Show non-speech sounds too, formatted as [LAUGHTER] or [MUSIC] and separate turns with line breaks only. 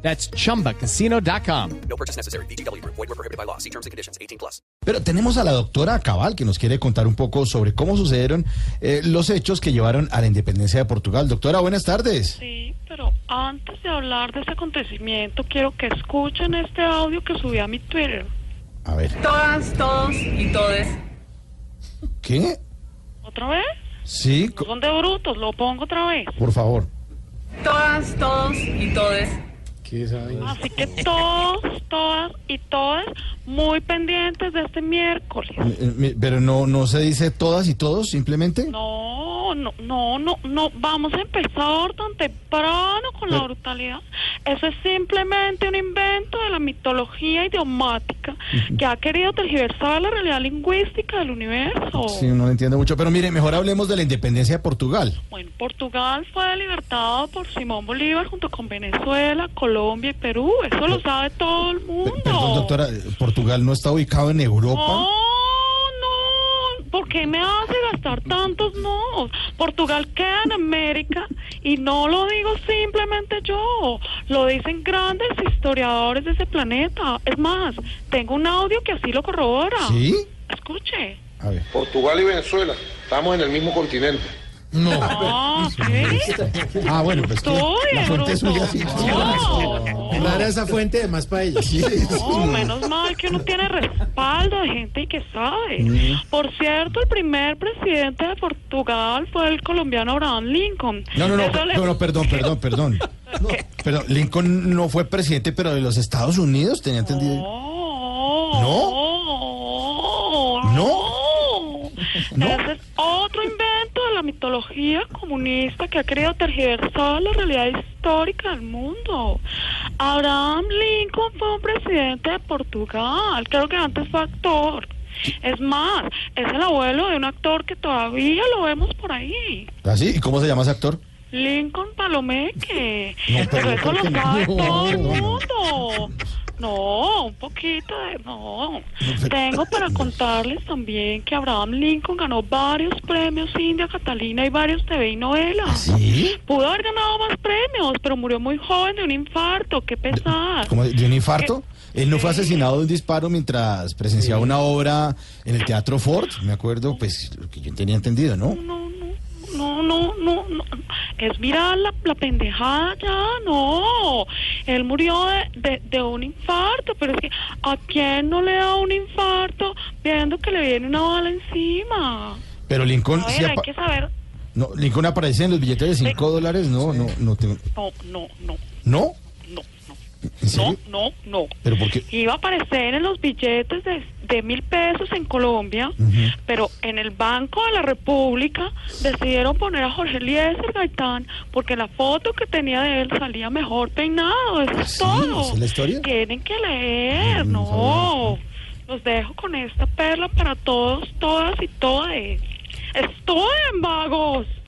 That's chumbacasino.com.
No purchase necessary. BGW. Void were prohibited by law. See terms and conditions. 18 plus.
Pero tenemos a la doctora Cabal que nos quiere contar un poco sobre cómo sucedieron eh, los hechos que llevaron a la independencia de Portugal. Doctora, buenas tardes.
Sí, pero antes de hablar de ese acontecimiento, quiero que escuchen este audio que subí a mi Twitter.
A ver,
Todas, todos y todes.
¿qué?
¿Otra vez?
Sí,
No
co-
Son de brutos, lo pongo otra vez.
por favor.
Todas, todos y todes.
Así que todos, todas y todas muy pendientes de este miércoles.
Eh, eh, Pero no, no se dice todas y todos, simplemente.
No, no, no, no, no, vamos a empezar tan temprano con la brutalidad. Eso es simplemente un invento de la mitología idiomática que ha querido tergiversar la realidad lingüística del universo.
Sí, no lo entiendo mucho. Pero mire, mejor hablemos de la independencia de Portugal.
Bueno, Portugal fue libertado por Simón Bolívar junto con Venezuela, Colombia y Perú. Eso lo sabe todo el
Pe-
mundo.
Perdón, doctora, eh, Portugal no está ubicado en Europa.
Oh, no. ¿Por qué me hace gastar tantos no? Portugal queda en América y no lo digo simplemente yo. Lo dicen grandes historiadores de ese planeta. Es más, tengo un audio que así lo corrobora.
¿Sí?
Escuche.
A ver.
Portugal y Venezuela, estamos en el mismo continente.
Ah, ¿sí?
[LAUGHS] Ah, bueno, pues que la
Estudie,
fuente
bruto.
suya sí.
No.
Clara esa fuente de más países.
No,
Mm.
menos mal que uno tiene respaldo de gente que sabe.
Mm.
Por cierto, el primer presidente de Portugal fue el colombiano Abraham Lincoln.
No, no, no,
Eso le-
no, no, perdón, perdón, perdón. No, perdón, Lincoln no fue presidente, pero de los Estados Unidos, tenía entendido.
No. No. Ese Este es otro invento de la mitología comunista que ha querido tergiversar la realidad histórica del mundo. Abraham Lincoln fue un presidente de Portugal, creo que antes fue actor. Es más, es el abuelo de un actor que todavía lo vemos por ahí.
¿Ah, sí? ¿Y cómo se llama ese actor?
Lincoln Palomeque.
No,
pero,
pero
eso lo
¿por qué
sabe
no?
todo el
No, no.
mundo. No, un poquito de... No.
pues,
Tengo para contarles también que Abraham Lincoln ganó varios premios India Catalina y varios TV y novelas.
¿Ah, ¿Sí?
Pudo haber ganado más premios, pero murió muy joven de un infarto. Qué pesar.
¿Cómo, ¿De un infarto? Él no fue asesinado de un disparo mientras presenciaba una obra en el Teatro Ford, me acuerdo, pues lo que yo tenía entendido, ¿no?
no, no, no, no, no. Es mirar la, la pendejada ya, no. Él murió de, de, de un infarto, pero es que ¿a quién no le da un infarto viendo que le viene una bala encima?
Pero Lincoln,
A
sí
ver, hay
apa-
que saber.
no, Lincoln aparece en los billetes de 5 dólares, no, no, no, tengo-
No, no, no,
¿no?
no, no.
¿En
No,
serio?
no, no.
¿Pero por qué?
Iba a aparecer en los billetes de, de mil pesos en Colombia, pero en el Banco de la República decidieron poner a Jorge Eliezer Gaitán porque la foto que tenía de él salía mejor peinado. Eso es
¿Ah, ¿Sí?
todo.
¿Esa es la historia?
Tienen que leer,
Mm,
no. Los dejo con esta perla para todos, todas y todes. Estudien, vagos.